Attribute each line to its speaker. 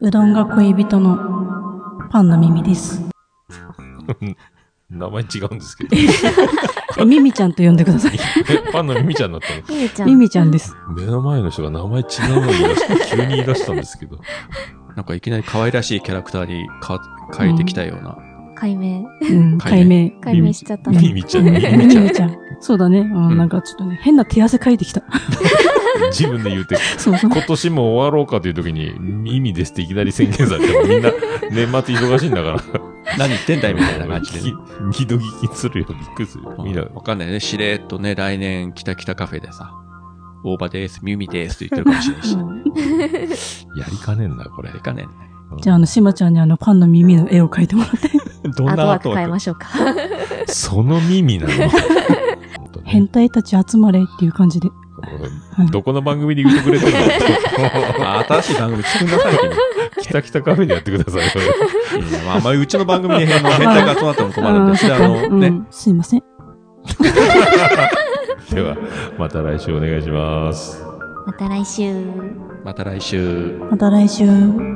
Speaker 1: うどんが恋人のパンの耳です。
Speaker 2: 名前違うんですけど。
Speaker 1: えミミちゃんと呼んでください。
Speaker 2: パンのミミちゃんだった
Speaker 3: みゆちゃん。
Speaker 1: ミミちゃんです。
Speaker 2: の。目の前の人が名前違うの言い出して、急に言い出したんですけど。
Speaker 4: なんかいきなり可愛らしいキャラクターにか変えてきたような。
Speaker 3: 解明。
Speaker 1: うん、解明。
Speaker 3: 解明しちゃったね。
Speaker 2: ミミちゃん、ミ
Speaker 1: ミ
Speaker 2: ミちゃん。
Speaker 1: ミちゃん。そうだね。う、
Speaker 4: うんん
Speaker 1: なんかちょっとね、変な手汗かいてきた。
Speaker 2: 自分で言うて、
Speaker 1: そうそう。
Speaker 2: 今年も終わろうかという時に、ミミですっていきなり宣言されても、みんな年末忙しいんだから。
Speaker 4: 何言ってんだいみたいな感じで、ね。
Speaker 2: 聞き二度聞きするよ、びっくりするよ。みんな、
Speaker 4: わかんないね。しれっとね、来年、キタキタカフェでさ、大場です、ミミですって言ってるかもしれないし。
Speaker 2: やりかねんな、これ。
Speaker 4: いかね
Speaker 1: じゃあ、あの、しまちゃんにあの、パンの耳の絵を描いてもらって。
Speaker 2: ど
Speaker 3: アー
Speaker 2: ん
Speaker 3: ト
Speaker 2: な
Speaker 3: ワー
Speaker 2: 後
Speaker 3: ク変えましょうか。
Speaker 2: その耳なの。本当ね
Speaker 1: 変態たち集まれっていう感じで。はい
Speaker 2: どこの番組で言ってくれてるの
Speaker 4: 新しい番 組作んなさい君
Speaker 2: きたきたカフェでやってください。これ
Speaker 4: いやまあ、あんまりうちの番組で変な 変態が集まっても困るんで、それあの、
Speaker 1: う
Speaker 4: ね、
Speaker 1: ん、すいません。
Speaker 2: では、また来週お願いします。
Speaker 3: また来週。
Speaker 4: また来週。
Speaker 1: また来週。